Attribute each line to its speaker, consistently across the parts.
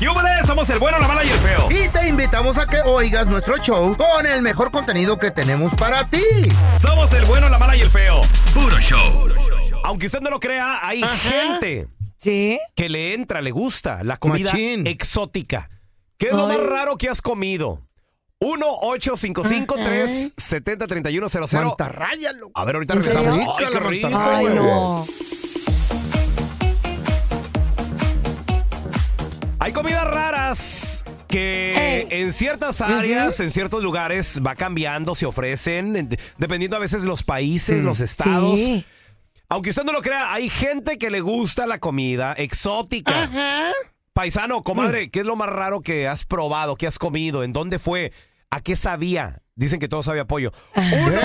Speaker 1: ¡Yúbales! Somos el bueno, la mala y el feo.
Speaker 2: Y te invitamos a que oigas nuestro show con el mejor contenido que tenemos para ti.
Speaker 1: Somos el bueno, la mala y el feo. Puro show. Aunque usted no lo crea, hay gente
Speaker 3: ¿Sí?
Speaker 1: que le entra, le gusta la comida
Speaker 2: Machín.
Speaker 1: exótica. ¿Qué es lo
Speaker 3: Ay.
Speaker 1: más raro que has comido? 1 855 370 3100
Speaker 2: Mantarraya, loco.
Speaker 1: A ver, ahorita
Speaker 3: ¿En
Speaker 1: regresamos.
Speaker 3: serio?
Speaker 1: ¡Ay, qué
Speaker 2: Ay,
Speaker 1: rico,
Speaker 3: Ay,
Speaker 1: güey!
Speaker 3: no.
Speaker 1: Hay comidas raras que en ciertas áreas, en ciertos lugares, va cambiando, se ofrecen, en- dependiendo a veces los países, los estados.
Speaker 3: Sí.
Speaker 1: Aunque usted no lo crea, hay gente que le gusta la comida exótica. Paisano, comadre, ¿qué es lo más raro que has probado, que has comido? ¿En dónde fue? ¿A qué sabía? Dicen que todo sabía a pollo. Uno,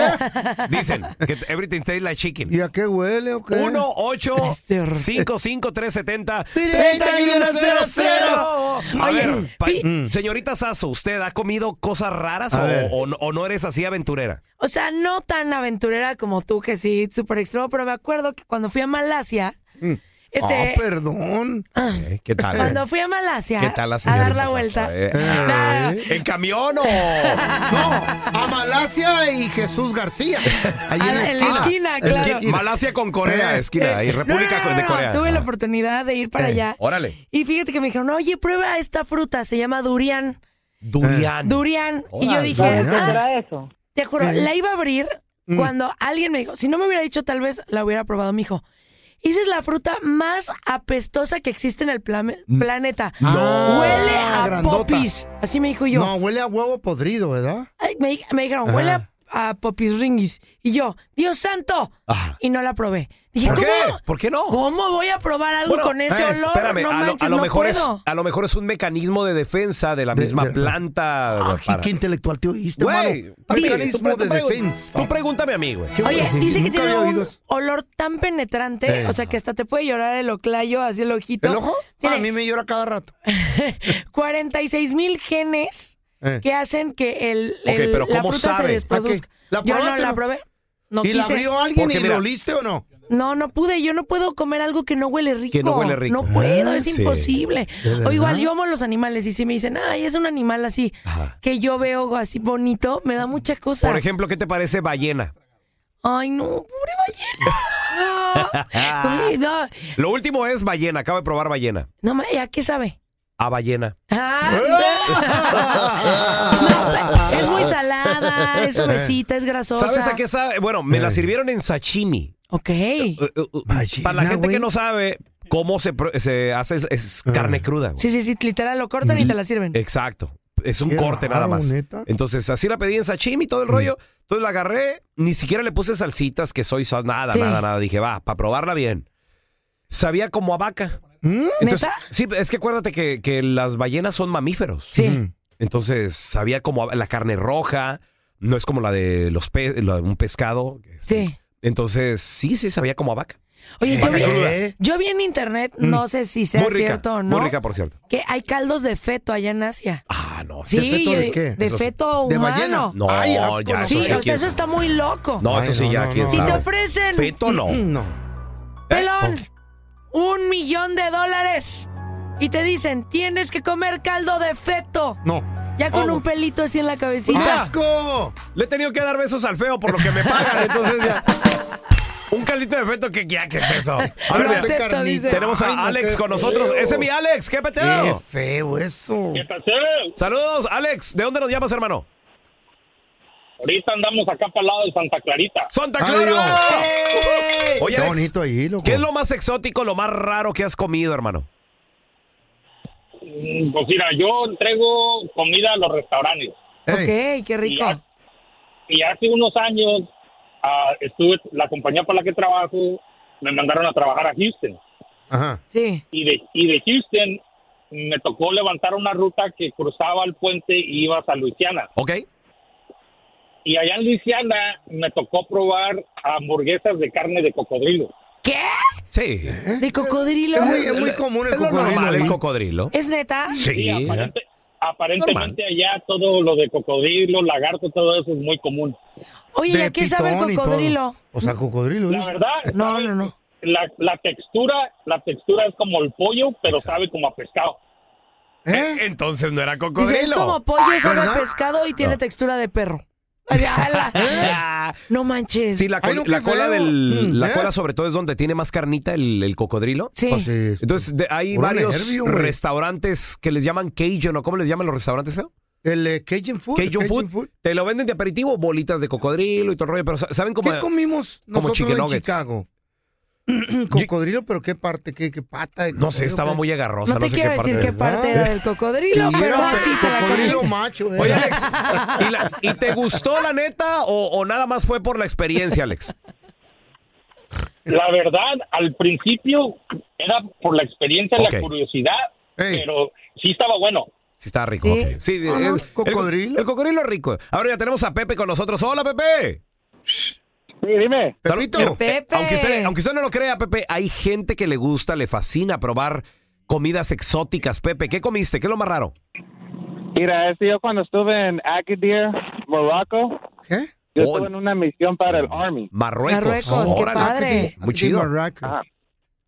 Speaker 1: dicen que everything tastes like chicken.
Speaker 2: ¿Y a qué huele o qué?
Speaker 1: 1 8
Speaker 3: Este horror.
Speaker 1: 5 5 3 70
Speaker 3: 3100.
Speaker 1: A
Speaker 3: Oye,
Speaker 1: ver, pa-
Speaker 3: pi-
Speaker 1: mm. señorita Sasso, ¿usted ha comido cosas raras
Speaker 2: A
Speaker 1: o,
Speaker 2: ver.
Speaker 1: o no- o no eres así aventurera?
Speaker 3: O sea, no tan aventurera como tú, que sí, súper extremo, pero me acuerdo que cuando fui a Malasia,
Speaker 1: Mm.
Speaker 2: Ah,
Speaker 3: este, Ah,
Speaker 2: perdón.
Speaker 1: Eh, ¿Qué tal?
Speaker 3: cuando fui a Malasia
Speaker 1: ¿Qué tal la
Speaker 3: a
Speaker 1: señorita
Speaker 3: dar la
Speaker 1: Sasso,
Speaker 3: vuelta,
Speaker 1: eh?
Speaker 3: nada,
Speaker 1: ¿En camión
Speaker 2: No,
Speaker 1: o...?
Speaker 2: a Malasia y Jesús García. Ahí
Speaker 3: A la-
Speaker 2: en la
Speaker 3: Ah, en la
Speaker 2: esquina.
Speaker 3: esquina, claro.
Speaker 2: Esquina.
Speaker 1: Malasia con Corea,
Speaker 2: Eh,
Speaker 1: esquina, y
Speaker 3: No, no,
Speaker 1: República
Speaker 3: no,
Speaker 1: de
Speaker 3: no,
Speaker 1: Corea.
Speaker 3: Tuve la
Speaker 1: Ah,
Speaker 3: oportunidad de ir para
Speaker 2: Eh,
Speaker 3: allá.
Speaker 1: Órale.
Speaker 3: Y fíjate que me dijeron, oye, prueba esta fruta, se llama durian. Eh.
Speaker 1: Durian.
Speaker 3: Durian. y yo
Speaker 1: Órale.
Speaker 3: dije,
Speaker 2: Durian.
Speaker 3: "Ah,
Speaker 4: ¿Será eso?
Speaker 3: te juro,
Speaker 2: Eh.
Speaker 3: la iba a abrir
Speaker 1: Mm.
Speaker 3: cuando alguien me dijo, si no me hubiera dicho, tal vez la hubiera probado, mi hijo. Esa es la fruta más apestosa que existe en el plame-
Speaker 1: Mm.
Speaker 3: planeta.
Speaker 2: No.
Speaker 3: Huele
Speaker 1: Ah,
Speaker 3: a
Speaker 2: Grandota.
Speaker 3: popis. Así me dijo yo.
Speaker 2: No, huele a huevo podrido, ¿verdad?
Speaker 3: Ay, me, di- me dijeron, huele a, a popis ringis. Y yo, Dios santo.
Speaker 1: Ajá.
Speaker 3: Y no la probé. Dije,
Speaker 1: Ah. ¿Por
Speaker 3: ¿cómo?
Speaker 1: qué? ¿Por qué no?
Speaker 3: ¿Cómo voy a probar algo
Speaker 1: Bueno,
Speaker 3: con ese
Speaker 2: eh,
Speaker 3: olor?
Speaker 1: Espérame,
Speaker 3: no
Speaker 1: a, lo,
Speaker 3: manches,
Speaker 1: a lo
Speaker 3: no
Speaker 1: mejor es,
Speaker 3: puedo.
Speaker 1: a lo mejor es un mecanismo de defensa de la
Speaker 2: De-
Speaker 1: misma
Speaker 2: de-
Speaker 1: planta.
Speaker 2: Ay,
Speaker 1: para-
Speaker 2: qué intelectual te oíste,
Speaker 1: Güey,
Speaker 2: mano.
Speaker 1: oye,
Speaker 2: Mecanismo
Speaker 1: tú
Speaker 2: de
Speaker 1: pregun-
Speaker 2: defensa.
Speaker 1: Tú pregúntame a mí, güey.
Speaker 2: Qué
Speaker 3: Oye,
Speaker 2: bueno, sí,
Speaker 3: dice que
Speaker 2: nunca
Speaker 3: tiene
Speaker 2: había
Speaker 3: un
Speaker 2: oído eso.
Speaker 3: olor tan penetrante,
Speaker 2: Eh.
Speaker 3: o sea, que hasta te puede llorar el oclayo, así el ojito.
Speaker 2: ¿El ojo? Ah,
Speaker 3: Tiene
Speaker 2: A mí me llora cada rato.
Speaker 3: 46 mil genes
Speaker 2: Eh.
Speaker 3: que hacen que el,
Speaker 1: Ok,
Speaker 3: el-
Speaker 1: pero
Speaker 3: la
Speaker 1: ¿cómo
Speaker 3: fruta
Speaker 1: sabe?
Speaker 3: se desproduzca.
Speaker 2: Ok, ¿la
Speaker 3: Yo no
Speaker 2: probaste,
Speaker 3: la
Speaker 2: no?
Speaker 3: probé. No
Speaker 2: ¿Y la
Speaker 3: quise.
Speaker 2: abrió alguien
Speaker 1: Porque
Speaker 2: y
Speaker 1: mira-
Speaker 2: lo oliste o no?
Speaker 3: No, no pude. Yo no puedo comer algo que no huele rico.
Speaker 1: Que no huele rico.
Speaker 3: No puedo,
Speaker 1: Ah,
Speaker 3: es
Speaker 1: sí.
Speaker 3: imposible. O
Speaker 2: verdad?
Speaker 3: igual yo amo los animales y si me dicen, ay, es un animal así
Speaker 1: Ajá.
Speaker 3: que yo veo así bonito, me da mucha cosa.
Speaker 1: Por ejemplo, ¿qué te parece ballena?
Speaker 3: Ay, no, pobre ballena. Ay, Ah, no,
Speaker 1: Lo último es ballena. Acabo de probar ballena.
Speaker 3: no, ma- ¿a qué sabe?
Speaker 1: A ballena.
Speaker 3: Ah, no, es muy salada,
Speaker 2: Eh.
Speaker 3: es obesita, es grasosa.
Speaker 1: ¿Sabes a qué sabe? Bueno, me la sirvieron en sashimi.
Speaker 3: Ok.
Speaker 1: Eh, eh, eh,
Speaker 2: Ballena,
Speaker 1: Para la gente
Speaker 2: güey. Ah.
Speaker 1: que no sabe cómo se, pro- se hace, es, es carne cruda. güey.
Speaker 3: Sí, sí, sí, literal lo cortan y te
Speaker 2: Mm.
Speaker 3: la sirven.
Speaker 1: Exacto. Es un
Speaker 2: Qué
Speaker 1: corte nada
Speaker 2: raro,
Speaker 1: más.
Speaker 2: neta.
Speaker 1: Entonces, así la pedí en sashimi y todo el rollo. Entonces la agarré, ni siquiera le puse salsitas, que soy sal- nada,
Speaker 3: Sí.
Speaker 1: nada, nada. Dije, va, para probarla bien. Sabía como a vaca.
Speaker 2: ¿Mm?
Speaker 1: Entonces,
Speaker 3: ¿Neta?
Speaker 1: Sí, es que acuérdate que, que las ballenas son mamíferos.
Speaker 3: Sí.
Speaker 1: Entonces, sabía como a- la carne roja, no es como la de los pe la de un pescado. este.
Speaker 3: Sí.
Speaker 1: Entonces, sí, sí, sabía como a vaca.
Speaker 3: Oye, yo vi,
Speaker 2: ¿Qué?
Speaker 3: yo vi en internet,
Speaker 2: Mm.
Speaker 3: no sé si sea
Speaker 1: muy rica,
Speaker 3: cierto o no,
Speaker 1: muy rica, por cierto.
Speaker 3: que hay caldos de feto allá en Asia.
Speaker 1: Ah, no.
Speaker 3: Sí,
Speaker 2: feto
Speaker 3: yo-
Speaker 2: de qué?
Speaker 3: de
Speaker 1: Eso sí.
Speaker 3: feto
Speaker 2: ¿De
Speaker 3: humano.
Speaker 2: ballena?
Speaker 1: No,
Speaker 2: Ay, asco,
Speaker 1: ya.
Speaker 2: no.
Speaker 3: Sí, o
Speaker 1: sé
Speaker 3: sea,
Speaker 1: quién
Speaker 3: eso
Speaker 1: sabe.
Speaker 3: está muy loco.
Speaker 1: No,
Speaker 2: Ay,
Speaker 1: eso sí,
Speaker 2: no,
Speaker 1: ya,
Speaker 2: no,
Speaker 1: quién
Speaker 2: no.
Speaker 3: si te
Speaker 1: sabe.
Speaker 3: ofrecen,
Speaker 1: Feto no.
Speaker 2: No.
Speaker 3: pelón, un millón de dólares y te dicen, tienes que comer caldo de feto.
Speaker 2: No.
Speaker 3: Ya con
Speaker 2: Oh.
Speaker 3: un pelito así en la
Speaker 2: Ah.
Speaker 3: cabecita.
Speaker 2: ¡Asco!
Speaker 1: Le he tenido que dar besos al feo por lo que me pagan, entonces ya. Un caldito de feto que ya, ¿qué es eso? A ver,
Speaker 3: Lo
Speaker 1: mira,
Speaker 3: acepto,
Speaker 2: carnita.
Speaker 3: dice.
Speaker 1: tenemos a
Speaker 2: Ay, no,
Speaker 1: Alex
Speaker 2: qué
Speaker 1: con nosotros.
Speaker 2: feo.
Speaker 1: Ese es mi Alex, qué
Speaker 2: ¡Qué
Speaker 1: peteo.
Speaker 2: feo eso!
Speaker 4: ¿Qué pasó?
Speaker 1: Saludos, Alex. ¿De dónde nos llamas, hermano?
Speaker 4: Ahorita andamos acá para el lado de Santa Clarita.
Speaker 1: ¡Santa
Speaker 2: Ay,
Speaker 1: Clara!
Speaker 2: Dios. Ah, ¡Qué
Speaker 1: Oye, Alex,
Speaker 2: bonito ahí, loco!
Speaker 1: ¿qué es lo más exótico, lo más raro que has comido, hermano?
Speaker 4: Mm, Pues mira, yo entrego comida a los restaurantes.
Speaker 2: Ey,
Speaker 3: Ok, qué rico.
Speaker 4: Y, ha- y hace unos años ah, estuve, la compañía por la que trabajo, me mandaron a trabajar a Houston.
Speaker 2: Ajá.
Speaker 3: Sí.
Speaker 4: Y de, y de Houston me tocó levantar una ruta que cruzaba el puente y ibas a Luisiana.
Speaker 1: ¿Ok?
Speaker 4: Y allá en Luisiana me tocó probar hamburguesas de carne de cocodrilo.
Speaker 3: ¿Qué?
Speaker 1: Sí.
Speaker 3: ¿De cocodrilo?
Speaker 2: Es muy, es muy común el
Speaker 1: es lo
Speaker 2: cocodrilo.
Speaker 1: normal, el
Speaker 2: ahí.
Speaker 1: cocodrilo.
Speaker 3: ¿Es neta?
Speaker 4: Y
Speaker 1: Sí.
Speaker 4: aparente- aparentemente allá todo lo de cocodrilo, lagarto, todo eso es muy común.
Speaker 3: Oye, ¿y
Speaker 2: De
Speaker 3: a qué sabe el
Speaker 2: pitón y todo.
Speaker 3: cocodrilo?
Speaker 2: O sea, cocodrilo.
Speaker 4: La
Speaker 2: dice.
Speaker 4: verdad,
Speaker 3: No,
Speaker 4: ¿sabes?
Speaker 3: no, no.
Speaker 4: La, la textura, la textura es como el pollo, pero sabe como a pescado.
Speaker 2: ¿Eh? Ah,
Speaker 1: Entonces no era
Speaker 3: Dice, es como pollo, sabe a
Speaker 2: ¿Verdad?
Speaker 3: pescado y tiene textura de perro. Ay, ala.
Speaker 1: Ah,
Speaker 2: ¿Eh?
Speaker 3: No manches.
Speaker 1: Sí, la,
Speaker 2: Ay,
Speaker 1: col-
Speaker 2: no, qué
Speaker 1: la cola
Speaker 2: feo.
Speaker 1: del,
Speaker 2: Mm,
Speaker 1: la
Speaker 2: ¿eh?
Speaker 1: cola sobre todo es donde tiene más carnita el, el cocodrilo.
Speaker 3: Sí.
Speaker 2: Pues, sí.
Speaker 1: Entonces de- hay
Speaker 2: Puro
Speaker 1: varios
Speaker 2: nervio, güey.
Speaker 1: restaurantes que les llaman Cajun o cómo les llaman los restaurantes, feo?
Speaker 2: El eh, Cajun food.
Speaker 1: Cajun, food. Te lo venden de aperitivo, bolitas de cocodrilo y todo el rollo, pero sa- saben cómo
Speaker 2: ¿Qué comimos
Speaker 1: como
Speaker 2: nosotros
Speaker 1: chicken
Speaker 2: en
Speaker 1: nuggets.
Speaker 2: Chicago? cocodrilo, pero qué parte, qué, qué pata. de
Speaker 1: no sé,
Speaker 2: cocodrilo,
Speaker 1: estaba
Speaker 2: qué-
Speaker 1: muy agarrosa,
Speaker 3: No
Speaker 1: no,
Speaker 3: te
Speaker 1: sé
Speaker 3: quiero
Speaker 1: qué parte.
Speaker 3: decir qué parte era del cocodrilo,
Speaker 2: Sí,
Speaker 3: pero
Speaker 2: era
Speaker 3: así te la
Speaker 2: cocodrilo
Speaker 3: comiste.
Speaker 2: macho. eh.
Speaker 1: Oye, Alex, ¿y, la- y te gustó la neta o, o nada más fue por la experiencia, Alex?
Speaker 4: La verdad, al principio era por la experiencia,
Speaker 1: Ok.
Speaker 4: la curiosidad,
Speaker 2: Ey.
Speaker 4: pero sí estaba bueno.
Speaker 1: Sí, está
Speaker 3: Sí.
Speaker 1: rico. ok. Sí,
Speaker 2: Ah,
Speaker 1: el-
Speaker 2: no,
Speaker 1: el-
Speaker 2: cocodrilo.
Speaker 1: El, cocodrilo es rico. Ahora ya tenemos a Pepe con nosotros. Hola, Pepe.
Speaker 4: Sí, dime.
Speaker 2: Pepito.
Speaker 1: Salud. eh,
Speaker 3: Pepe.
Speaker 1: Aunque usted, aunque usted no lo crea, Pepe, hay gente que le gusta, le fascina probar comidas exóticas. Pepe, ¿qué comiste? ¿Qué es lo más raro?
Speaker 5: Mira, es que yo cuando estuve en Agadir, Morocco,
Speaker 2: ¿Qué?
Speaker 5: yo
Speaker 1: Oh.
Speaker 5: estuve en una misión para el Army.
Speaker 1: Marruecos.
Speaker 3: Marruecos, qué
Speaker 1: Órale.
Speaker 3: padre.
Speaker 1: Muy chido.
Speaker 2: Marraca.
Speaker 5: Ajá.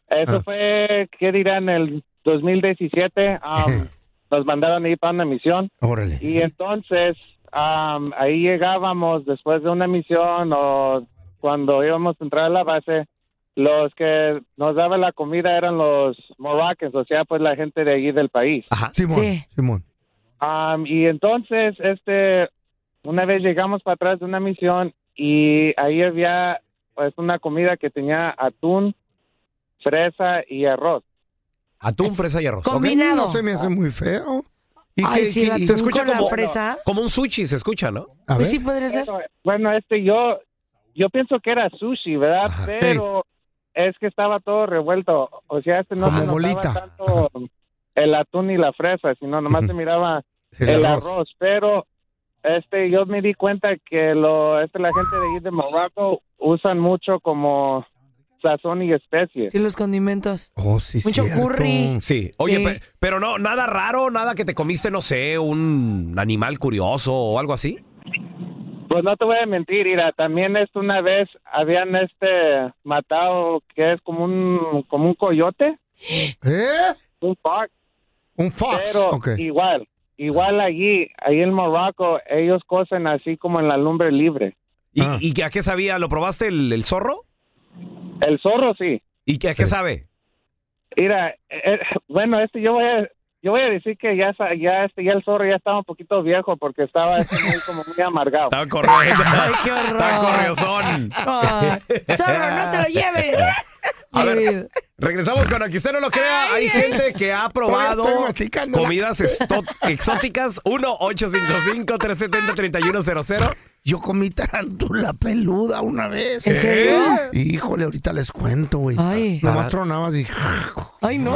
Speaker 5: Eso
Speaker 2: Ah.
Speaker 5: fue, ¿qué dirán? El 2017 um, nos mandaron ir para una misión
Speaker 2: Órale.
Speaker 5: y entonces um, ahí llegábamos después de una misión o cuando íbamos a entrar a la base, los que nos daban la comida eran los moroccanos, o sea, pues la gente de allí del país.
Speaker 1: Ajá.
Speaker 2: Simón,
Speaker 3: Sí.
Speaker 2: Simón.
Speaker 5: Am, y entonces, este, una vez llegamos para atrás de una misión y ahí había pues una comida que tenía atún, fresa y arroz.
Speaker 3: Eh,
Speaker 1: Atún, fresa y arroz. ¿ok?
Speaker 3: Combina- Combinado.
Speaker 2: No se me hace muy feo. ¿Y
Speaker 3: Ay,
Speaker 2: qué-
Speaker 3: sí,
Speaker 2: qué-
Speaker 3: la
Speaker 2: y-
Speaker 1: Se escucha
Speaker 3: con la
Speaker 1: como-
Speaker 3: fresa.
Speaker 1: Como un sushi, se escucha, ¿no?
Speaker 2: A ver.
Speaker 3: Pues sí, podría ser.
Speaker 5: Bueno, este yo yo pienso que era sushi, ¿verdad?
Speaker 1: Ajá.
Speaker 5: Pero es que estaba todo revuelto, o sea, este no
Speaker 2: Como
Speaker 5: se notaba
Speaker 2: bolita.
Speaker 5: tanto el atún y la fresa, sino nomás
Speaker 2: Ujú.
Speaker 5: se miraba
Speaker 2: Sí,
Speaker 5: el arroz. pero este yo me di cuenta que lo este la gente de ahí de Morocco usan mucho como sazón y especies.
Speaker 3: Sí, los condimentos.
Speaker 2: Oh, sí,
Speaker 3: Mucho
Speaker 2: cierto.
Speaker 3: curry.
Speaker 1: Sí. Oye,
Speaker 3: Sí.
Speaker 1: pe- pero no, nada raro, nada que te comiste, no sé, un animal curioso o algo así.
Speaker 5: Pues no te voy a mentir, Ira, también esto una vez habían este matado que es como un como un coyote,
Speaker 2: ¿Eh?
Speaker 5: un fox,
Speaker 2: Un fox.
Speaker 5: pero
Speaker 2: ok.
Speaker 5: igual, igual allí, ahí en Morocco ellos cocen así como en la lumbre libre.
Speaker 1: ¿Y,
Speaker 2: Ah.
Speaker 1: y a qué sabía? ¿Lo probaste el, el zorro?
Speaker 5: El zorro sí.
Speaker 1: ¿Y a qué sabe?
Speaker 5: Mira, eh, eh, bueno, este yo voy a yo voy a decir que ya sa- ya este ya el zorro ya estaba un poquito viejo porque estaba este, muy, como muy amargado.
Speaker 1: Estaba corriendo.
Speaker 3: Ay, qué
Speaker 1: Estaba
Speaker 3: horror.
Speaker 1: corriosón.
Speaker 3: Ay, Ah. Zorro, no te lo lleves.
Speaker 1: A ver,
Speaker 3: Dude.
Speaker 1: Regresamos con aquí, usted no lo crea.
Speaker 3: eh.
Speaker 1: Hay gente que ha probado
Speaker 2: Todavía estoy masticando la-
Speaker 1: comidas esto- exóticas. 1-855-370-3100.
Speaker 2: Yo comí tarántula peluda una vez.
Speaker 3: ¿En serio?
Speaker 2: Híjole, ahorita les cuento, güey.
Speaker 3: Ay.
Speaker 2: Nomás tronabas y...
Speaker 3: Ay, no.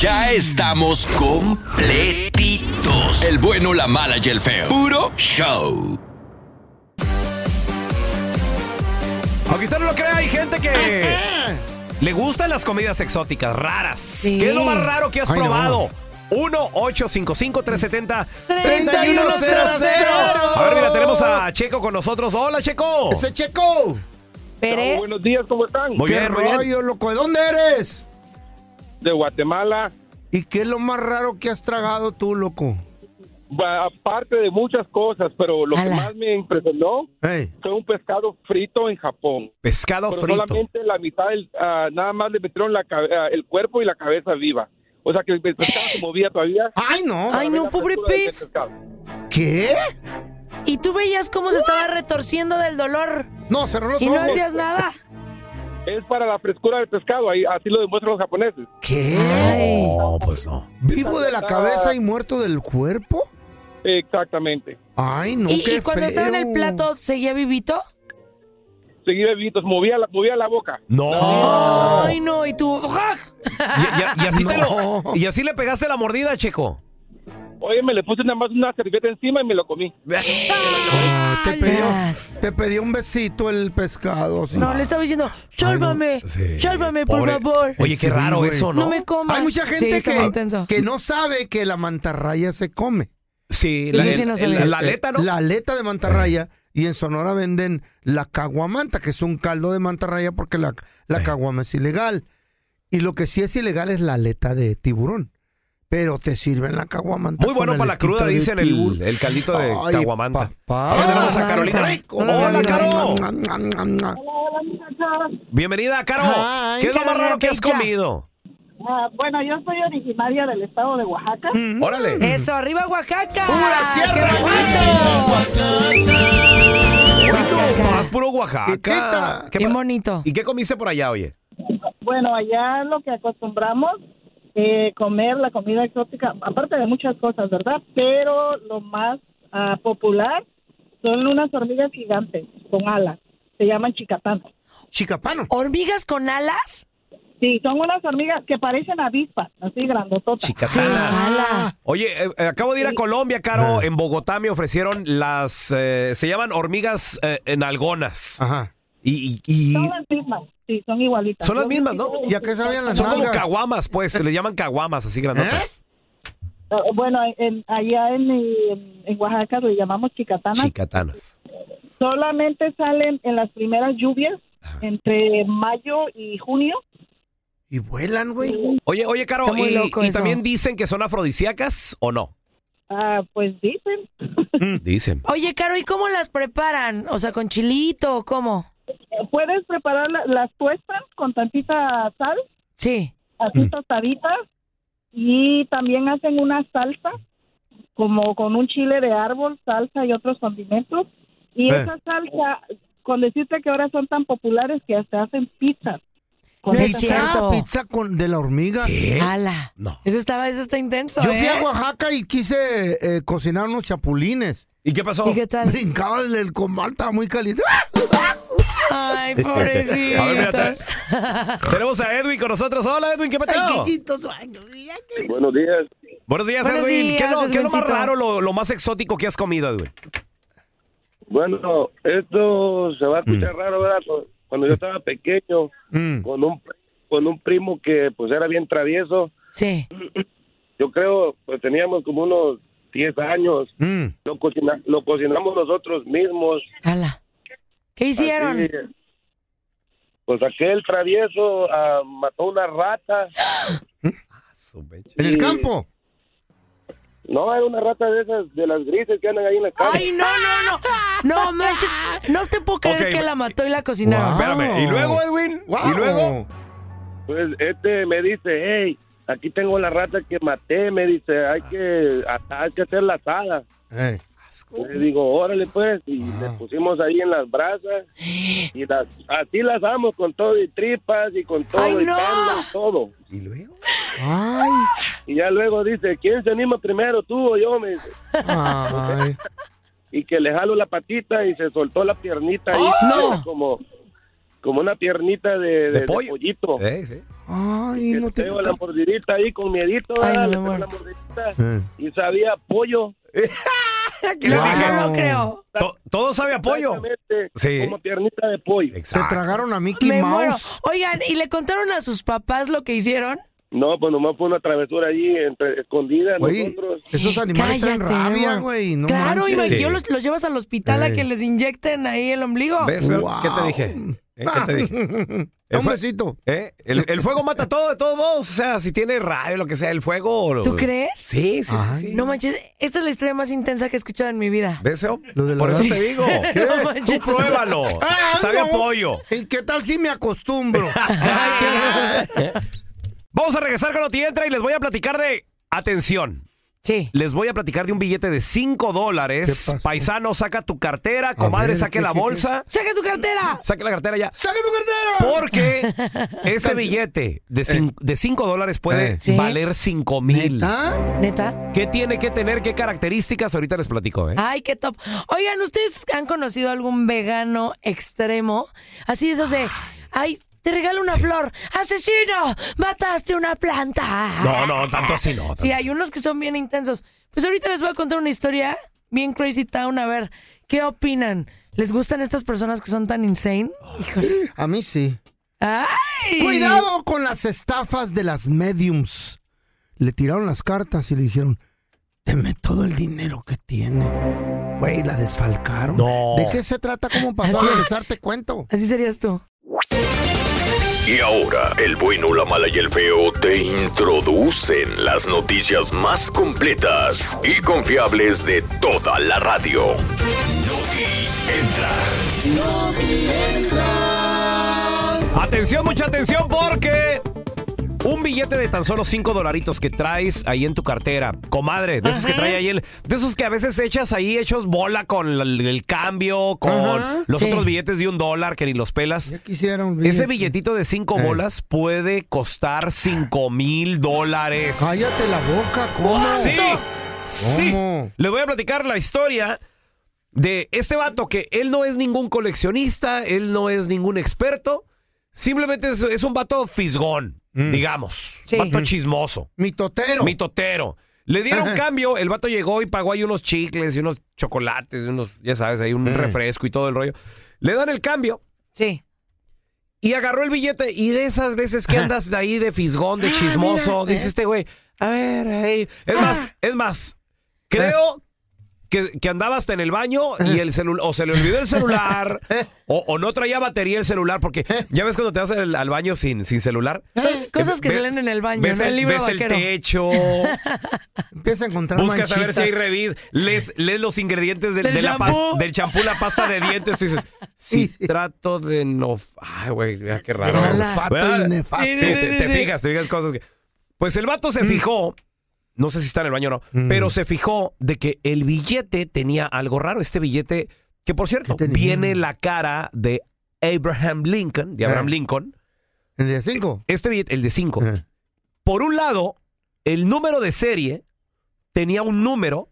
Speaker 6: Ya estamos completitos. El bueno, la mala y el feo. Puro show.
Speaker 1: Aunque usted no lo crea, hay gente que le gustan las comidas exóticas, raras.
Speaker 3: Sí.
Speaker 1: ¿Qué es lo más raro que has
Speaker 2: Ay, no.
Speaker 1: probado? 1-855-370-3100. A ver, mira, tenemos a Checo con nosotros. Hola, Checo.
Speaker 2: ¡Ese checo!
Speaker 3: Pérez.
Speaker 4: Buenos días, ¿cómo están?
Speaker 1: Muy
Speaker 2: ¡Qué
Speaker 1: bien, muy bien.
Speaker 2: rollo, loco! ¿De dónde eres?
Speaker 4: De Guatemala.
Speaker 2: ¿Y qué es lo más raro que has tragado tú, loco?
Speaker 4: Ba- Aparte de muchas cosas, pero lo
Speaker 3: Ala.
Speaker 4: que más me impresionó
Speaker 2: Ey.
Speaker 4: fue un pescado frito en Japón.
Speaker 1: Pescado
Speaker 4: pero
Speaker 1: frito.
Speaker 4: solamente la mitad, del, ah, nada más le metieron la cabe- ah, el cuerpo y la cabeza viva. O sea que el pescado se movía todavía.
Speaker 2: ¡Ay, no!
Speaker 3: Ay, no,
Speaker 4: La
Speaker 3: pobre
Speaker 4: textura del
Speaker 3: pez.
Speaker 4: pescado.
Speaker 2: ¿Qué?
Speaker 3: Y tú veías cómo se estaba retorciendo del dolor
Speaker 2: No, cerró los
Speaker 3: y no
Speaker 2: ojos.
Speaker 3: hacías nada.
Speaker 4: Es para la frescura del pescado, ahí, así lo demuestran los japoneses.
Speaker 2: ¿Qué?
Speaker 3: Ay.
Speaker 7: No, pues no.
Speaker 2: ¿Vivo
Speaker 4: Ah.
Speaker 2: de la cabeza y muerto del cuerpo?
Speaker 4: Exactamente.
Speaker 2: ¡Ay, no,
Speaker 3: ¿Y,
Speaker 2: qué
Speaker 3: y cuando estaba en el
Speaker 2: feo.
Speaker 3: plato, seguía vivito?
Speaker 4: Seguí bebitos, movía la, movía la boca.
Speaker 2: Oh.
Speaker 1: No.
Speaker 3: Ay, no, y tú. ¡ja!
Speaker 1: Y, y- y así te
Speaker 2: No.
Speaker 1: lo- y así le pegaste la mordida, Checo.
Speaker 4: Oye, me le puse nada más una servilleta encima y me lo comí.
Speaker 2: Ah, te, pidió,
Speaker 3: Alas.
Speaker 2: te pidió un besito el pescado. sí.
Speaker 3: No, le estaba diciendo, sálvame,
Speaker 1: Sí,
Speaker 3: sálvame, por
Speaker 1: pobre-
Speaker 3: favor.
Speaker 1: Oye, qué
Speaker 2: Sí,
Speaker 1: raro
Speaker 2: güey.
Speaker 1: eso, ¿no?
Speaker 3: no. me comas.
Speaker 2: Hay mucha
Speaker 3: Sí,
Speaker 2: gente
Speaker 3: está muy intenso.
Speaker 2: que, que no sabe que la mantarraya se come.
Speaker 1: Sí,
Speaker 3: Eso
Speaker 1: la,
Speaker 3: sí
Speaker 1: el-
Speaker 3: no
Speaker 1: el-
Speaker 3: sabía.
Speaker 1: la aleta, ¿no? Eh.
Speaker 2: La aleta de mantarraya. Y en Sonora venden la caguamanta, que es un caldo de mantarraya porque la,
Speaker 1: Eh.
Speaker 2: la caguama es ilegal. Y lo que sí es ilegal es la aleta de tiburón. Pero te sirven la caguamanta.
Speaker 1: Muy bueno
Speaker 2: con
Speaker 1: para la
Speaker 2: aletita
Speaker 1: cruda,
Speaker 2: de
Speaker 1: dicen el,
Speaker 2: tiburón.
Speaker 1: el caldito de
Speaker 2: Ay,
Speaker 1: caguamanta.
Speaker 2: papá.
Speaker 1: Ahora tenemos a
Speaker 3: Ah,
Speaker 1: Carolina.
Speaker 3: rico.
Speaker 1: Hola,
Speaker 3: Ay,
Speaker 1: Caro.
Speaker 2: Caro.
Speaker 1: Bienvenida, Caro.
Speaker 2: Ay,
Speaker 1: ¿Qué es lo más
Speaker 3: Carolina,
Speaker 1: raro que has
Speaker 3: bella.
Speaker 1: comido?
Speaker 8: Ah, bueno, yo soy originaria del estado de Oaxaca.
Speaker 1: Órale.
Speaker 3: Eso, arriba Oaxaca.
Speaker 2: Mm. ¡Pura sierra,
Speaker 3: ¡Qué bonito!
Speaker 1: Más
Speaker 3: Oaxaca.
Speaker 1: puro Oaxaca.
Speaker 2: Quietita.
Speaker 1: ¿Qué
Speaker 3: Bien
Speaker 1: pa-
Speaker 3: bonito.
Speaker 1: ¿Y qué comiste por allá, oye?
Speaker 8: Bueno, allá lo que acostumbramos eh, comer la comida exótica, aparte de muchas cosas, ¿verdad? Pero lo más ah, popular son unas hormigas gigantes con alas. Se llaman chicatanas.
Speaker 2: Chicapano.
Speaker 3: ¿Hormigas con alas?
Speaker 8: Sí, son unas hormigas que parecen avispas, así grandototas.
Speaker 1: Chicatanas.
Speaker 3: ala.
Speaker 1: Oye, eh, eh, acabo de ir a Colombia, Caro. En Bogotá me ofrecieron las... eh, se llaman hormigas eh, nalgonas.
Speaker 2: Ajá.
Speaker 1: Y, y- y
Speaker 8: Son las mismas, sí, son igualitas.
Speaker 1: Son las mismas, ¿no?
Speaker 2: ¿Y a qué sabían las
Speaker 1: son como
Speaker 2: nalgas? ¿Eh?
Speaker 1: caguamas, pues. Se le llaman caguamas, así grandotas.
Speaker 8: Ah, Bueno, en- allá en, eh, en Oaxaca le llamamos chicatanas.
Speaker 1: Chicatanas.
Speaker 8: Solamente salen en las primeras lluvias, entre mayo y junio.
Speaker 2: Y vuelan, güey.
Speaker 1: Oye, oye, Caro,
Speaker 3: Está muy
Speaker 1: y,
Speaker 3: loco
Speaker 1: y
Speaker 3: eso.
Speaker 1: también dicen que son afrodisíacas o no?
Speaker 8: Ah, pues dicen.
Speaker 2: Mm.
Speaker 1: Dicen.
Speaker 3: Oye, Caro, ¿y cómo las preparan? O sea, con chilito o cómo?
Speaker 8: Puedes preparar las tuestas con tantita sal,
Speaker 3: Sí.
Speaker 8: así tostaditas, y también hacen una salsa, como con un chile de árbol, salsa y otros condimentos. Y
Speaker 2: Eh.
Speaker 8: esa salsa, con decirte que ahora son tan populares que hasta hacen pizzas. con
Speaker 3: No es
Speaker 8: esa
Speaker 3: cierto.
Speaker 8: salsa.
Speaker 2: Una pizza con, de la hormiga.
Speaker 1: ¿Eh?
Speaker 3: Ala.
Speaker 1: No.
Speaker 3: Eso estaba, eso está intenso.
Speaker 2: Yo fui
Speaker 3: ¿eh?
Speaker 2: a Oaxaca y quise eh, cocinar unos chapulines.
Speaker 1: ¿Y qué pasó?
Speaker 3: ¿Y qué tal?
Speaker 2: Brincaba en el comal, estaba muy caliente.
Speaker 3: Ay, pobrecito.
Speaker 1: A ver, mira, te- tenemos a Edwin con nosotros. Hola, Edwin, ¿qué pasó?
Speaker 4: Buenos días.
Speaker 1: Buenos días,
Speaker 3: Buenos
Speaker 1: Edwin. ¿Qué, es lo,
Speaker 3: días,
Speaker 1: qué es lo más
Speaker 3: Edwincito.
Speaker 1: raro, lo, lo más exótico que has comido, Edwin?
Speaker 4: Bueno,
Speaker 2: Mm.
Speaker 4: esto se va a escuchar raro, ¿verdad? Cuando yo estaba pequeño, con un
Speaker 9: con un primo que pues era bien travieso.
Speaker 3: Sí.
Speaker 9: Yo creo, pues teníamos como unos 10 años.
Speaker 2: Mm.
Speaker 9: Lo, cocina- lo cocinamos nosotros mismos.
Speaker 3: ¿Qué hicieron?
Speaker 9: Así, pues aquel travieso ah, mató una rata.
Speaker 2: ¿Eh? ¿En el campo?
Speaker 9: No, era una rata de esas, de las grises que andan ahí en la calle.
Speaker 3: Ay, no, no, no. No manches. No te puedo creer
Speaker 9: Ok,
Speaker 3: que
Speaker 9: ma-
Speaker 3: la mató y la cocinaron.
Speaker 1: Espérame, ¿y luego, Edwin? ¿Y luego?
Speaker 9: Pues este me dice, hey, aquí tengo la rata que maté, me dice, hay
Speaker 1: Ah.
Speaker 9: que a- hay que hacer la asada. Le digo, órale pues, y le pusimos ahí en las brasas y las, así las amo con todo y tripas y con todo y
Speaker 3: no!
Speaker 9: tanga, todo.
Speaker 1: ¿Y luego?
Speaker 2: Ay.
Speaker 9: Y ya luego dice, ¿quién se anima primero, tú o yo? Me dice. Y que le jalo la patita y se soltó la piernita ahí, como, como una piernita de, de- de pollito.
Speaker 2: Ay,
Speaker 9: no te la mordidita ahí con miedito, ¿verdad? Le pego la mordidita y sabía a pollo.
Speaker 1: ¿Qué le dije? No creo. Todo sabe a pollo.
Speaker 9: Exactamente,
Speaker 1: Sí.
Speaker 9: Como piernita de pollo.
Speaker 2: Se tragaron a Mickey
Speaker 3: Me muero.
Speaker 2: Mouse.
Speaker 3: Oigan, ¿y le contaron a sus papás lo que hicieron?
Speaker 9: No, pues nomás fue una travesura allí entre, escondida.
Speaker 2: Oye,
Speaker 9: nosotros.
Speaker 2: Esos animales traen
Speaker 3: Cállate,
Speaker 2: rabia,
Speaker 3: no.
Speaker 2: güey. No
Speaker 3: claro,
Speaker 2: manches.
Speaker 3: imagínate, los, los llevas al hospital a
Speaker 2: Ey.
Speaker 3: que les inyecten ahí el ombligo.
Speaker 1: ¿Ves? Fer? ¿Qué te dije? ¿Eh? ¿Qué te dije?
Speaker 2: Un
Speaker 1: fue-
Speaker 2: besito.
Speaker 1: ¿Eh? El, el fuego mata todo, de todos modos. O sea, si tiene rabia, lo que sea, el fuego. lo-
Speaker 3: ¿Tú crees?
Speaker 1: Sí, sí, sí, sí.
Speaker 3: No manches, esta es la historia más intensa que he escuchado en mi vida.
Speaker 1: ¿Ves, feo? Por eso te digo.
Speaker 3: ¿Qué? No manches.
Speaker 1: Tú pruébalo.
Speaker 2: Ah,
Speaker 1: Sabe a
Speaker 2: no.
Speaker 1: pollo.
Speaker 2: ¿Y qué tal si me acostumbro?
Speaker 1: Vamos a regresar con lo que entra y les voy a platicar de. Atención.
Speaker 3: Sí.
Speaker 1: Les voy a platicar de un billete de 5 dólares. Paisano, saca tu cartera. Comadre,
Speaker 3: ver,
Speaker 1: saque
Speaker 3: ¿qué,
Speaker 1: la
Speaker 3: qué, qué?
Speaker 1: bolsa.
Speaker 3: ¡Saca tu cartera!
Speaker 1: Saque la cartera ya.
Speaker 2: ¡Saca tu cartera!
Speaker 1: Porque ese billete de
Speaker 3: Eh.
Speaker 1: 5 dólares puede
Speaker 3: Sí.
Speaker 1: valer 5 mil.
Speaker 3: Eh. ¿Neta?
Speaker 1: ¿Qué tiene que tener? ¿Qué características? Ahorita les platico, ¿eh?
Speaker 2: Ah.
Speaker 3: Ay, qué top. Oigan, ¿ustedes han conocido algún vegano extremo? Así esos de, ay, te regalo una flor. ¡Asesino! ¡Mataste una planta!
Speaker 1: No, no, tanto así no.
Speaker 3: Sí, hay unos que son bien intensos. Pues ahorita les voy a contar una historia bien crazy town. A ver, ¿qué opinan? ¿Les gustan estas personas que son tan insane? Híjole.
Speaker 2: A mí sí.
Speaker 3: ¡Ay!
Speaker 2: Cuidado con las estafas de las mediums. Le tiraron las cartas y le dijeron, deme todo el dinero que tiene. Güey, la desfalcaron.
Speaker 10: No.
Speaker 2: ¿De qué se trata? ¿Cómo pasó?
Speaker 10: Así
Speaker 2: a
Speaker 10: es.
Speaker 2: regresar te cuento.
Speaker 3: Así serías tú.
Speaker 10: Y ahora, el bueno, la mala y el feo te introducen las noticias más completas y confiables de toda la radio.
Speaker 1: Atención, mucha atención porque un billete de tan solo 5 dolaritos que traes ahí en tu cartera, comadre, de esos que trae ahí el, de esos que a veces echas ahí hechos bola con el, el cambio, con
Speaker 2: Ajá.
Speaker 1: los
Speaker 2: Sí.
Speaker 1: otros billetes de un dólar que ni los pelas.
Speaker 2: Quisieron
Speaker 1: Ese billetito de 5
Speaker 2: Eh.
Speaker 1: bolas puede costar 5 mil dólares.
Speaker 2: Cállate la boca, ¿cómo?
Speaker 1: Sí, sí.
Speaker 2: ¿Cómo?
Speaker 1: Le voy a platicar la historia de este vato que él no es ningún coleccionista, él no es ningún experto, simplemente es, es un vato fisgón, digamos. Vato chismoso.
Speaker 2: Mitotero.
Speaker 1: Mitotero. Le dieron cambio, el vato llegó y pagó ahí unos chicles y unos chocolates, y unos, ya sabes, ahí un refresco y todo el rollo. Le dan el cambio.
Speaker 3: Sí.
Speaker 1: Y agarró el billete y de esas veces que andas de ahí de fisgón, de chismoso, dice este güey, a ver, hey. es más, es más, creo que, que andaba hasta en el baño y el celular, o se le olvidó el celular, o, o no traía batería el celular, porque ya ves cuando te vas al, al baño sin, sin celular.
Speaker 3: Cosas que
Speaker 1: Eh, Ve-
Speaker 3: se leen en el baño,
Speaker 1: ves
Speaker 3: ¿no? El
Speaker 1: el-
Speaker 3: libro
Speaker 1: ves el
Speaker 3: vaquero.
Speaker 1: techo.
Speaker 2: Empieza a encontrar
Speaker 1: Buscas a ver si hay
Speaker 2: manchitas.
Speaker 1: revis, lees, lees los ingredientes del,
Speaker 2: Del
Speaker 1: de la pas-
Speaker 2: champú.
Speaker 1: del champú, la pasta de dientes, tú dices, si trato de no... Ay, güey, mira qué raro.
Speaker 2: Olfato
Speaker 1: ¿Verdad?
Speaker 2: y nefasto.
Speaker 1: Sí,
Speaker 2: Sí, sí,
Speaker 1: te,
Speaker 2: sí,
Speaker 1: te
Speaker 2: sí. Mm.
Speaker 1: fijas, te fijas cosas que... Pues el vato se fijó, no sé si está en el baño o no, pero se fijó de que el billete tenía algo raro. Este billete, que por cierto, viene la cara de Abraham Lincoln, de Abraham
Speaker 2: Eh.
Speaker 1: Lincoln.
Speaker 2: ¿El de Ah. 5?
Speaker 1: Este billete, el de 5. Por un lado, el número de serie tenía un número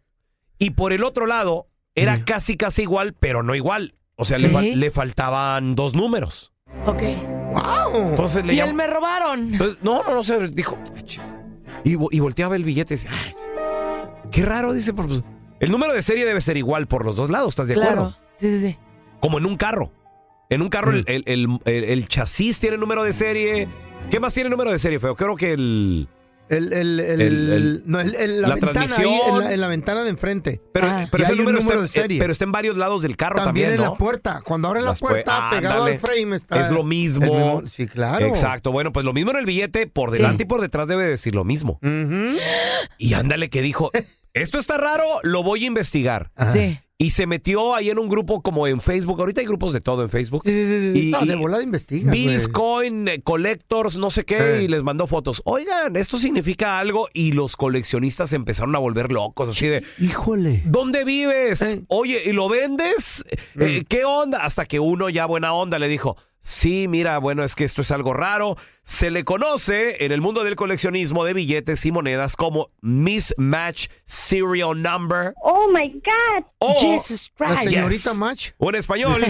Speaker 1: y por el otro lado era casi casi igual, pero no igual. O sea, le,
Speaker 3: ¿Qué?
Speaker 1: fal- le faltaban dos números.
Speaker 3: Ok.
Speaker 1: Entonces le
Speaker 3: y
Speaker 1: llam-
Speaker 3: él me robaron.
Speaker 1: Entonces, no, no, no, se dijo. "Ah, chis". Y, vo- y volteaba el billete y decía, "Ay, qué raro, dice. "pues, pues, El número de serie debe ser igual por los dos lados, ¿estás de acuerdo?
Speaker 3: Claro. Sí, sí, sí.
Speaker 2: Mm.
Speaker 1: como en un carro. En un carro el, el- el- el- el chasis tiene número de serie, ¿Qué más tiene el número de serie, feo? Creo que el...
Speaker 2: El, el, el- no, el- el- la, ventana ahí, en, la, en la ventana de enfrente.
Speaker 1: Pero,
Speaker 2: Ah, y
Speaker 1: pero ese
Speaker 2: hay un
Speaker 1: número,
Speaker 2: número de
Speaker 1: está, eh,
Speaker 2: serie.
Speaker 1: pero está en varios lados del carro
Speaker 2: también,
Speaker 1: también,
Speaker 2: en
Speaker 1: ¿no?
Speaker 2: la puerta. Cuando abres la
Speaker 1: Las pue-
Speaker 2: puerta, pegado
Speaker 1: ándale.
Speaker 2: al frame está.
Speaker 1: Es lo mismo.
Speaker 2: el mismo- sí, claro.
Speaker 1: Exacto. Bueno, pues lo mismo en el billete, por delante y por detrás debe decir lo mismo. Y ándale que dijo, esto está raro, lo voy a investigar.
Speaker 3: Sí.
Speaker 1: Y se metió ahí en un grupo como en Facebook. Ahorita hay grupos de todo en Facebook. Y,
Speaker 2: no,
Speaker 1: y
Speaker 2: Ah, de volada investiga.
Speaker 1: Bills Coin eh, Collectors, no sé qué, y les mandó fotos. Oigan, esto significa algo. Y los coleccionistas se empezaron a volver locos, así de.
Speaker 2: Híjole.
Speaker 1: ¿Dónde vives? Oye, ¿y lo vendes? Eh, ¿Qué onda? Hasta que uno ya buena onda le dijo, sí, mira, bueno, es que esto es algo raro. Se le conoce en el mundo del coleccionismo de billetes y monedas como Mismatch Serial Number.
Speaker 11: Oh my God.
Speaker 2: Oh,
Speaker 5: Oh,
Speaker 1: o-
Speaker 11: Jesus Christ.
Speaker 1: Yes. O en español,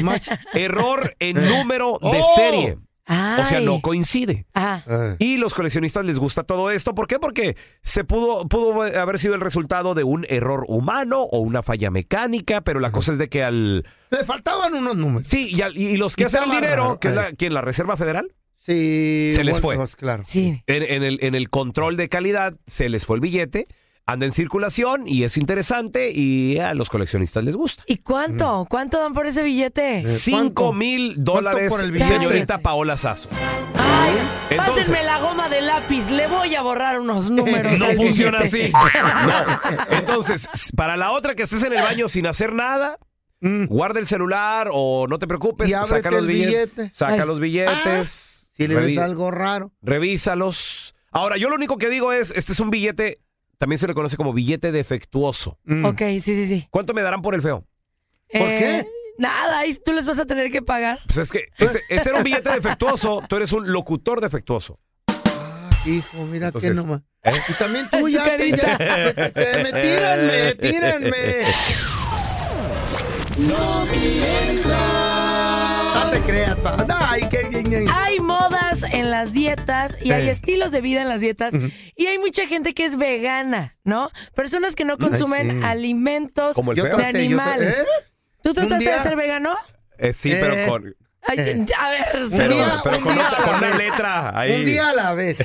Speaker 1: error en
Speaker 2: Eh.
Speaker 1: número de
Speaker 11: Oh.
Speaker 1: serie. O sea,
Speaker 11: Ay.
Speaker 1: no coincide.
Speaker 2: Eh.
Speaker 1: Y los coleccionistas les gusta todo esto. ¿Por qué? Porque se pudo, pudo haber sido el resultado de un error humano o una falla mecánica, pero la cosa es de que al.
Speaker 2: Le faltaban unos números.
Speaker 1: Sí, y, al- y- y los que
Speaker 2: Y
Speaker 1: hacen el
Speaker 2: estaba
Speaker 1: dinero,
Speaker 2: raro,
Speaker 1: que es
Speaker 2: eh.
Speaker 1: la, que la Reserva Federal,
Speaker 2: Sí.
Speaker 1: se les
Speaker 2: bueno,
Speaker 1: fue.
Speaker 2: pues, claro.
Speaker 1: En, en el, en el control de calidad se les fue el billete, anda en circulación y es interesante y a los coleccionistas les gusta.
Speaker 3: ¿Y cuánto? ¿Cuánto dan por ese
Speaker 2: Eh,
Speaker 3: billete?
Speaker 1: Eh, Cinco mil dólares,
Speaker 3: por el billete?
Speaker 1: señorita Paola Sazo. Entonces- Eh,
Speaker 3: Pásenme la goma de lápiz, le voy a borrar unos números.
Speaker 1: No
Speaker 3: al
Speaker 1: funciona
Speaker 3: billete.
Speaker 1: así. No. eh, Entonces, para la otra que estés en el baño sin hacer nada, guarda el celular o no te preocupes,
Speaker 2: Mm. Y
Speaker 1: saca
Speaker 2: ábrete
Speaker 1: los
Speaker 2: el
Speaker 1: billetes.
Speaker 2: billete.
Speaker 1: Saca
Speaker 2: Ay.
Speaker 1: los billetes.
Speaker 2: Si le ves
Speaker 1: revi-
Speaker 2: algo raro.
Speaker 1: Revísalos. Ahora, yo lo único que digo es, este es un billete, también se le conoce como billete defectuoso.
Speaker 2: Mm.
Speaker 3: Ok, sí, sí, sí.
Speaker 1: ¿Cuánto me darán por el feo?
Speaker 3: Eh, Nada, ahí tú les vas a tener que pagar.
Speaker 1: Pues es que ese, ese era un billete defectuoso, tú eres un locutor defectuoso.
Speaker 2: Ah, Hijo, mira
Speaker 1: Entonces,
Speaker 2: que nomás.
Speaker 1: ¿eh?
Speaker 2: Y también
Speaker 3: Su
Speaker 2: tú ya, te-
Speaker 3: carita.
Speaker 2: ya- te- te- me tiran, me tiran, me- No te creas, pa. Ay, qué bien, bien.
Speaker 3: Hay modas en las dietas y hay
Speaker 2: Eh.
Speaker 3: estilos de vida en las dietas
Speaker 2: Ujú.
Speaker 3: y hay mucha gente que es vegana, ¿no? Personas que no
Speaker 1: Ay,
Speaker 3: consumen
Speaker 1: sí.
Speaker 3: alimentos
Speaker 1: Como el
Speaker 3: de
Speaker 1: feo. Yo traté, yo tra-
Speaker 3: animales.
Speaker 1: ¿Eh?
Speaker 3: ¿Tú trataste
Speaker 1: día-
Speaker 3: de ser vegano?
Speaker 1: Eh, sí,
Speaker 2: Eh,
Speaker 1: pero con...
Speaker 3: Ay,
Speaker 2: Eh.
Speaker 3: A ver,
Speaker 1: Pero,
Speaker 3: cero.
Speaker 1: pero con, otra- con una letra ahí.
Speaker 2: Un día a la vez.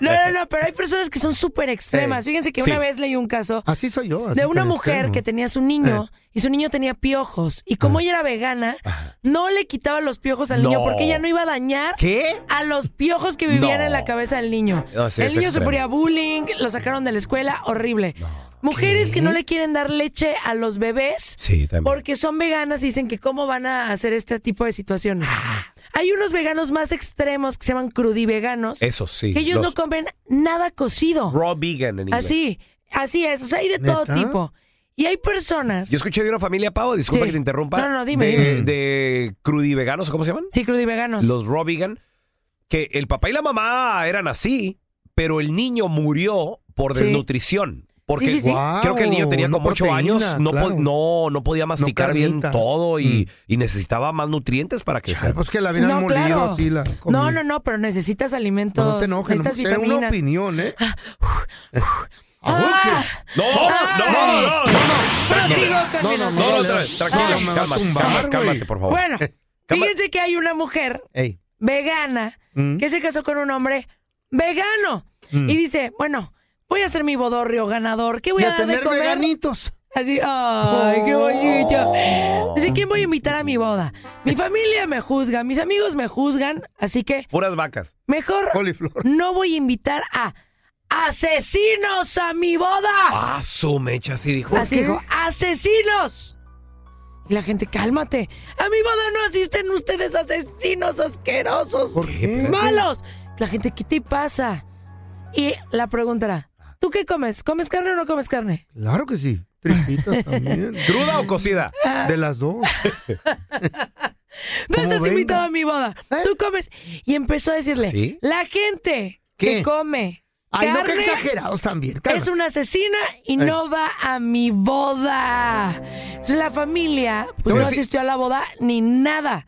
Speaker 3: No, no, no, pero hay personas que son súper extremas. Fíjense que
Speaker 2: Sí.
Speaker 3: una vez leí un caso
Speaker 2: Así soy yo. así
Speaker 3: de una
Speaker 2: tan
Speaker 1: este,
Speaker 3: mujer
Speaker 2: extremo.
Speaker 3: que tenía su niño
Speaker 1: Eh.
Speaker 3: y su niño tenía piojos. Y como ella era vegana, no le quitaba los piojos al niño
Speaker 1: Ah. No.
Speaker 3: porque ella no iba a dañar
Speaker 1: ¿Qué?
Speaker 3: a los piojos que vivían
Speaker 1: No.
Speaker 3: en la cabeza del niño.
Speaker 1: No, sí,
Speaker 3: el
Speaker 1: es
Speaker 3: niño
Speaker 1: extremo.
Speaker 3: sufría bullying, lo sacaron de la escuela, horrible. Mujeres que no le quieren dar leche a los bebés
Speaker 1: Sí, también.
Speaker 3: porque son veganas y dicen que cómo van a hacer este tipo de situaciones.
Speaker 1: Ah.
Speaker 3: Hay unos veganos más extremos que se llaman crudiveganos.
Speaker 1: Eso sí.
Speaker 3: Que ellos
Speaker 1: los
Speaker 3: no comen nada cocido.
Speaker 1: Raw vegan en inglés.
Speaker 3: Así, así es. O sea, hay de todo
Speaker 1: ¿Neta?
Speaker 3: tipo. Y hay personas.
Speaker 1: Yo escuché de una familia, Pau, disculpa
Speaker 3: Sí.
Speaker 1: que te interrumpa.
Speaker 3: No, no, dime,
Speaker 1: De,
Speaker 3: dime.
Speaker 1: de crudiveganos, ¿cómo se llaman?
Speaker 3: Sí, crudiveganos.
Speaker 1: Los raw vegan. Que el papá y la mamá eran así, pero el niño murió por
Speaker 3: Sí.
Speaker 1: desnutrición. Porque
Speaker 3: Sí, sí, sí.
Speaker 1: creo que el niño tenía
Speaker 2: Wow,
Speaker 1: como
Speaker 2: no
Speaker 1: ocho
Speaker 2: proteína,
Speaker 1: años, no, po-
Speaker 2: claro.
Speaker 1: no, no podía masticar bien
Speaker 2: carnita.
Speaker 1: todo y,
Speaker 3: Mm.
Speaker 1: y necesitaba más nutrientes para crecer.
Speaker 2: Pues que la hubieran
Speaker 3: No,
Speaker 2: molido
Speaker 3: claro.
Speaker 2: así la
Speaker 3: No,
Speaker 2: comida.
Speaker 3: no, no, pero necesitas alimentos.
Speaker 2: No te enojes,
Speaker 3: necesitas
Speaker 2: nomás era
Speaker 3: vitaminas. Ah,
Speaker 2: una opinión, ¿eh? Ah.
Speaker 1: No,
Speaker 3: Ah,
Speaker 1: no, no, no, no,
Speaker 3: Prosigo con mi
Speaker 1: no, no,
Speaker 3: nota.
Speaker 1: no, tra- tranquila,
Speaker 2: me va a
Speaker 1: cálmate,
Speaker 2: tumbar,
Speaker 1: cálmate,
Speaker 2: güey.
Speaker 1: cálmate, por favor.
Speaker 3: Bueno, fíjense que hay una mujer
Speaker 2: Ey.
Speaker 3: vegana
Speaker 2: Mm.
Speaker 3: que se casó con un hombre vegano
Speaker 2: Mm.
Speaker 3: y dice, bueno, voy a hacer mi bodorrio ganador, ¿qué voy
Speaker 2: Y
Speaker 3: a,
Speaker 2: a
Speaker 3: dar de
Speaker 2: tener
Speaker 3: comer?
Speaker 2: veganitos. Oh.
Speaker 3: Así, ay, qué bonito. Dice, ¿quién voy a invitar a mi boda? Mi familia me juzga, mis amigos me juzgan, así que
Speaker 1: Puras vacas.
Speaker 3: mejor no voy a invitar a asesinos a mi boda.
Speaker 1: Ah, su mecha, así dijo.
Speaker 3: Así dijo, asesinos. Y la gente, cálmate. A mi boda no asisten ustedes asesinos asquerosos. Malos. La gente, ¿qué te pasa? Y la pregunta era, ¿tú qué comes? ¿Comes carne o no comes carne?
Speaker 2: Claro que sí. Tripitas también.
Speaker 1: ¿Cruda o cocida?
Speaker 2: De las dos.
Speaker 3: No estás
Speaker 2: venga?
Speaker 3: invitado a mi boda. Tú comes. Y empezó a decirle,
Speaker 2: ¿Sí?
Speaker 3: la gente que
Speaker 2: ¿Qué?
Speaker 3: come
Speaker 2: Ay, no,
Speaker 3: carne
Speaker 2: que exagerados también.
Speaker 3: es una asesina y
Speaker 2: Eh.
Speaker 3: no va a mi boda. Entonces la familia
Speaker 1: Te
Speaker 3: pues,
Speaker 1: voy
Speaker 3: no
Speaker 1: a decir-
Speaker 3: asistió a la boda ni nada.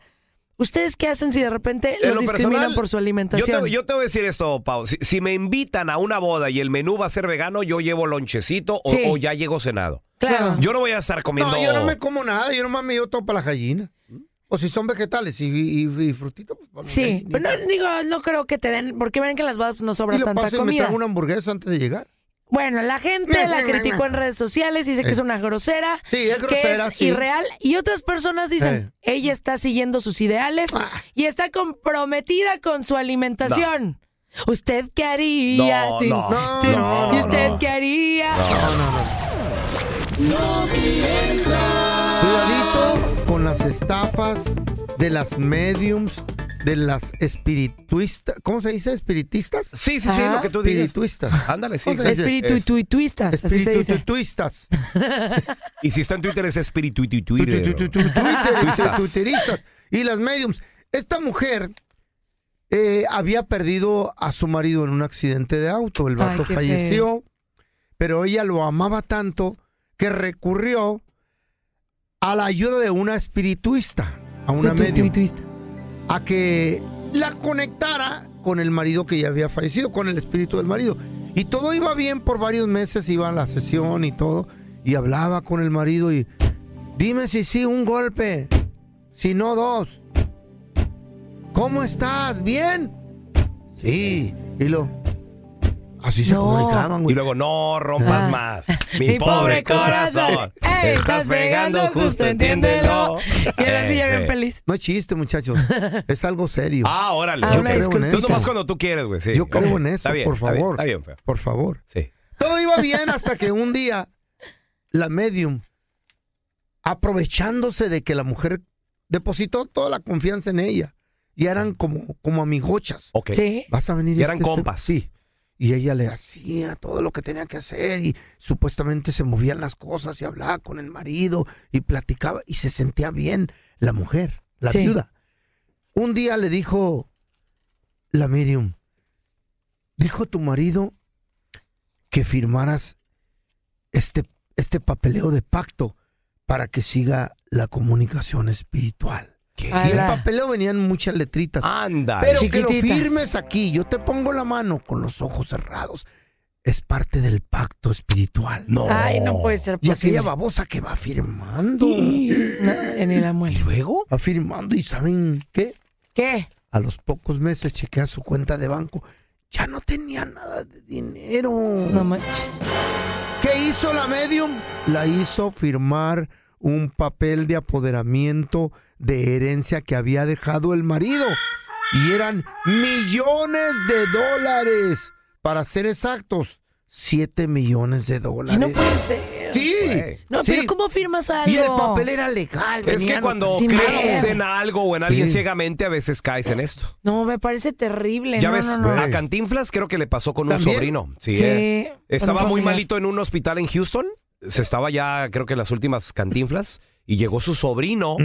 Speaker 3: ¿Ustedes qué hacen si de repente
Speaker 1: En
Speaker 3: los
Speaker 1: lo
Speaker 3: discriminan
Speaker 1: personal,
Speaker 3: por su
Speaker 1: Yo
Speaker 3: alimentación?
Speaker 1: te, yo te voy a decir esto, Pau. Si, si me invitan a una boda y el menú va a ser vegano, yo llevo lonchecito o,
Speaker 2: Sí.
Speaker 1: o ya llego cenado.
Speaker 2: Claro.
Speaker 1: Yo no voy a estar comiendo.
Speaker 2: No, yo no me como nada. Yo nomás me llevo todo para la gallina. O si son vegetales y, y, y frutitos. pues,
Speaker 3: Sí, pero no, digo, no creo que te den, porque ven que en las bodas no sobra
Speaker 2: y lo
Speaker 3: tanta
Speaker 2: paso y me
Speaker 3: comida.
Speaker 2: trago una hamburguesa antes de llegar.
Speaker 3: Bueno, la gente la criticó en redes sociales, dice que
Speaker 2: Eh.
Speaker 3: es una grosera,
Speaker 2: Sí, es
Speaker 3: que
Speaker 2: grosera,
Speaker 3: es
Speaker 2: sí. Eh.
Speaker 3: irreal, y otras personas dicen, ella está siguiendo sus ideales
Speaker 2: Ah.
Speaker 3: y está comprometida con su alimentación. ¿Usted qué haría?
Speaker 11: No,
Speaker 3: Tin,
Speaker 11: no,
Speaker 3: tin,
Speaker 11: no, no,
Speaker 3: ¿Y usted
Speaker 11: no.
Speaker 3: qué haría?
Speaker 1: Ah.
Speaker 2: Cuidadito con las estafas de las mediums, de las espirituistas. ¿Cómo se dice? ¿Espiritistas?
Speaker 1: Sí, sí, sí, lo que tú digas.
Speaker 2: Espirituistas.
Speaker 1: Ándale, sí.
Speaker 2: ¿Cómo se dice?
Speaker 3: Espirituituistas, así se dice.
Speaker 2: Espirituituistas.
Speaker 1: Y si está en Twitter es espíritu Twitter.
Speaker 2: Twitter- Twitteristas y las mediums. Esta mujer eh, había perdido a su marido en un accidente de auto. El vato
Speaker 12: Ay, qué
Speaker 2: falleció, pero ella lo amaba tanto que recurrió a la ayuda de una espirituista, a una
Speaker 12: Tu- tu-
Speaker 2: medium, a que la conectara con el marido que ya había fallecido, con el espíritu del marido. Y todo iba bien por varios meses, iba a la sesión y todo, y hablaba con el marido y dime si sí un golpe, si no dos. ¿Cómo estás? ¿Bien? Sí. Y lo... Así se comunicaban,
Speaker 1: Y luego, no rompas
Speaker 2: Ah.
Speaker 1: más. Mi,
Speaker 2: Mi pobre
Speaker 1: pobre corazón.
Speaker 2: corazón.
Speaker 3: Ey,
Speaker 1: estás pegando justo, entiéndelo.
Speaker 3: Y ahora sí ya
Speaker 1: Eh,
Speaker 3: bien
Speaker 1: sí.
Speaker 3: feliz.
Speaker 2: No es chiste, muchachos. Es algo serio.
Speaker 1: Ah, órale.
Speaker 2: Yo
Speaker 1: ok.
Speaker 2: creo en
Speaker 1: Tú
Speaker 2: eso.
Speaker 1: nomás cuando tú quieres, güey. sí,
Speaker 2: Yo creo
Speaker 1: ok.
Speaker 2: en eso,
Speaker 1: Está bien,
Speaker 2: por
Speaker 1: está bien,
Speaker 2: favor.
Speaker 1: Está bien, feo.
Speaker 2: Por favor.
Speaker 1: Sí.
Speaker 2: Todo iba bien hasta que un día la medium, aprovechándose de que la mujer depositó toda la confianza en ella, y eran como, como amigochas.
Speaker 1: Ok. Sí.
Speaker 2: Vas a venir.
Speaker 1: Y eran
Speaker 2: este se-
Speaker 1: compas.
Speaker 2: Sí. Y ella le hacía todo lo que tenía que hacer y supuestamente se movían las cosas y hablaba con el marido y platicaba y se sentía bien la mujer, la
Speaker 12: Sí.
Speaker 2: viuda. Un día le dijo la medium, dijo tu marido que firmaras este, este papeleo de pacto para que siga la comunicación espiritual. Y el
Speaker 12: Ala.
Speaker 2: papeleo venían muchas letritas.
Speaker 1: Anda.
Speaker 2: Pero que lo
Speaker 12: Chiquititas.
Speaker 2: firmes aquí, yo te pongo la mano con los ojos cerrados. Es parte del pacto espiritual. No.
Speaker 3: Ay, no puede ser
Speaker 2: Y
Speaker 3: posible.
Speaker 2: aquella babosa que va firmando.
Speaker 3: No, en el amor.
Speaker 2: ¿Y luego? Va firmando y ¿saben qué?
Speaker 3: ¿Qué?
Speaker 2: A los pocos meses chequea su cuenta de banco. Ya no tenía nada de dinero. No
Speaker 3: manches.
Speaker 2: ¿Qué hizo la medium? La hizo firmar un papel de apoderamiento de herencia que había dejado el marido. Y eran millones de dólares. Para ser exactos, 7 millones de dólares.
Speaker 3: No puede ser.
Speaker 2: Sí.
Speaker 3: No, pero
Speaker 2: Sí.
Speaker 3: ¿cómo firmas algo?
Speaker 2: Y el papel era legal,
Speaker 1: Es que
Speaker 2: venían
Speaker 1: cuando
Speaker 3: sin
Speaker 1: crees
Speaker 3: ver.
Speaker 1: en algo o en alguien
Speaker 2: Sí.
Speaker 1: ciegamente, a veces caes en esto.
Speaker 3: No, me parece terrible.
Speaker 1: Ya
Speaker 3: Eh, no,
Speaker 1: ves,
Speaker 3: no, no.
Speaker 1: a Cantinflas creo que le pasó con un
Speaker 3: ¿También?
Speaker 1: sobrino. Sí.
Speaker 3: Sí,
Speaker 1: eh.
Speaker 3: con un
Speaker 1: Estaba muy
Speaker 3: familiar.
Speaker 1: malito en un hospital en Houston. Se estaba ya, creo que en las últimas Cantinflas. Y llegó su sobrino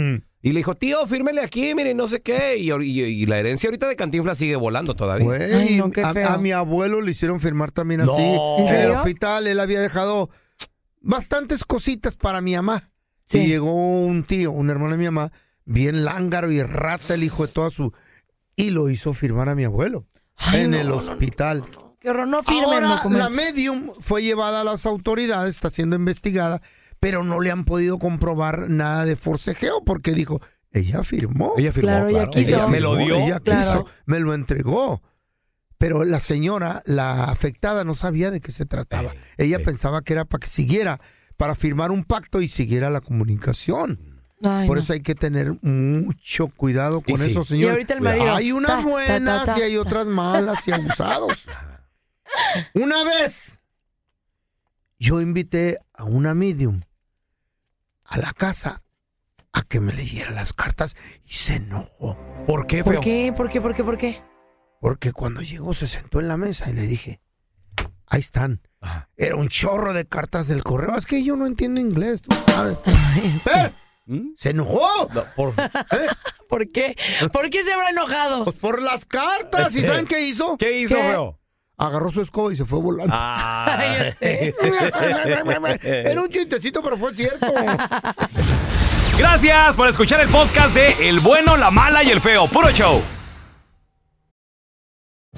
Speaker 1: y le dijo, tío, fírmele aquí, mire, no sé qué. Y, y- y la herencia ahorita de Cantinflas sigue volando todavía.
Speaker 2: Güey, a, a mi abuelo le hicieron firmar también
Speaker 1: No.
Speaker 2: así.
Speaker 1: ¿En
Speaker 2: En, el
Speaker 1: serio?
Speaker 2: hospital él había dejado bastantes cositas para mi mamá. Y llegó un tío, un hermano de mi mamá, bien lángaro y rata el hijo de toda su... Y lo hizo firmar a mi abuelo en
Speaker 3: no,
Speaker 2: el
Speaker 3: no, no,
Speaker 2: hospital.
Speaker 3: Que horror, no firmen
Speaker 2: Ahora, la
Speaker 3: documentos.
Speaker 2: medium fue llevada a las autoridades, está siendo investigada, pero no le han podido comprobar nada de forcejeo porque dijo, ella firmó.
Speaker 1: Ella
Speaker 12: firmó, Claro, ella claro. quiso.
Speaker 2: Ella
Speaker 12: Me lo
Speaker 2: firmó,
Speaker 12: dio.
Speaker 2: ella
Speaker 12: Claro.
Speaker 2: quiso, me lo entregó. Pero la señora, la afectada, no sabía de qué se trataba.
Speaker 12: Eh,
Speaker 2: ella pensaba que era para que siguiera, para firmar un pacto y siguiera la comunicación.
Speaker 3: Ay,
Speaker 2: Por
Speaker 3: no.
Speaker 2: eso hay que tener mucho cuidado
Speaker 12: Y
Speaker 2: con
Speaker 12: sí.
Speaker 2: eso,
Speaker 12: Y
Speaker 2: señor.
Speaker 12: ahorita el marido,
Speaker 2: Hay
Speaker 12: ta,
Speaker 2: unas
Speaker 12: ta, ta,
Speaker 2: buenas
Speaker 12: ta.
Speaker 2: y hay otras malas y abusados. Una vez yo invité a una medium a la casa a que me leyera las cartas y se enojó.
Speaker 1: ¿Por qué,
Speaker 3: ¿Por qué? ¿Por qué? ¿Por qué? ¿Por qué?
Speaker 2: Porque cuando llegó se sentó en la mesa y le dije, ahí están. Era un chorro de cartas del correo. Es que yo no entiendo inglés, tú sabes. ¡Eh! Se enojó.
Speaker 1: ¿Mm?
Speaker 2: ¿Eh?
Speaker 1: por...
Speaker 3: ¿Por qué? ¿Por qué se habrá enojado? Pues
Speaker 2: por las cartas. ¿Y saben qué hizo?
Speaker 1: ¿Qué hizo, feo?
Speaker 2: Agarró su escoba y se fue volando.
Speaker 1: Ah.
Speaker 2: Era un chistecito, pero fue cierto.
Speaker 1: Gracias por escuchar el podcast de El Bueno, la Mala y el Feo. Puro show.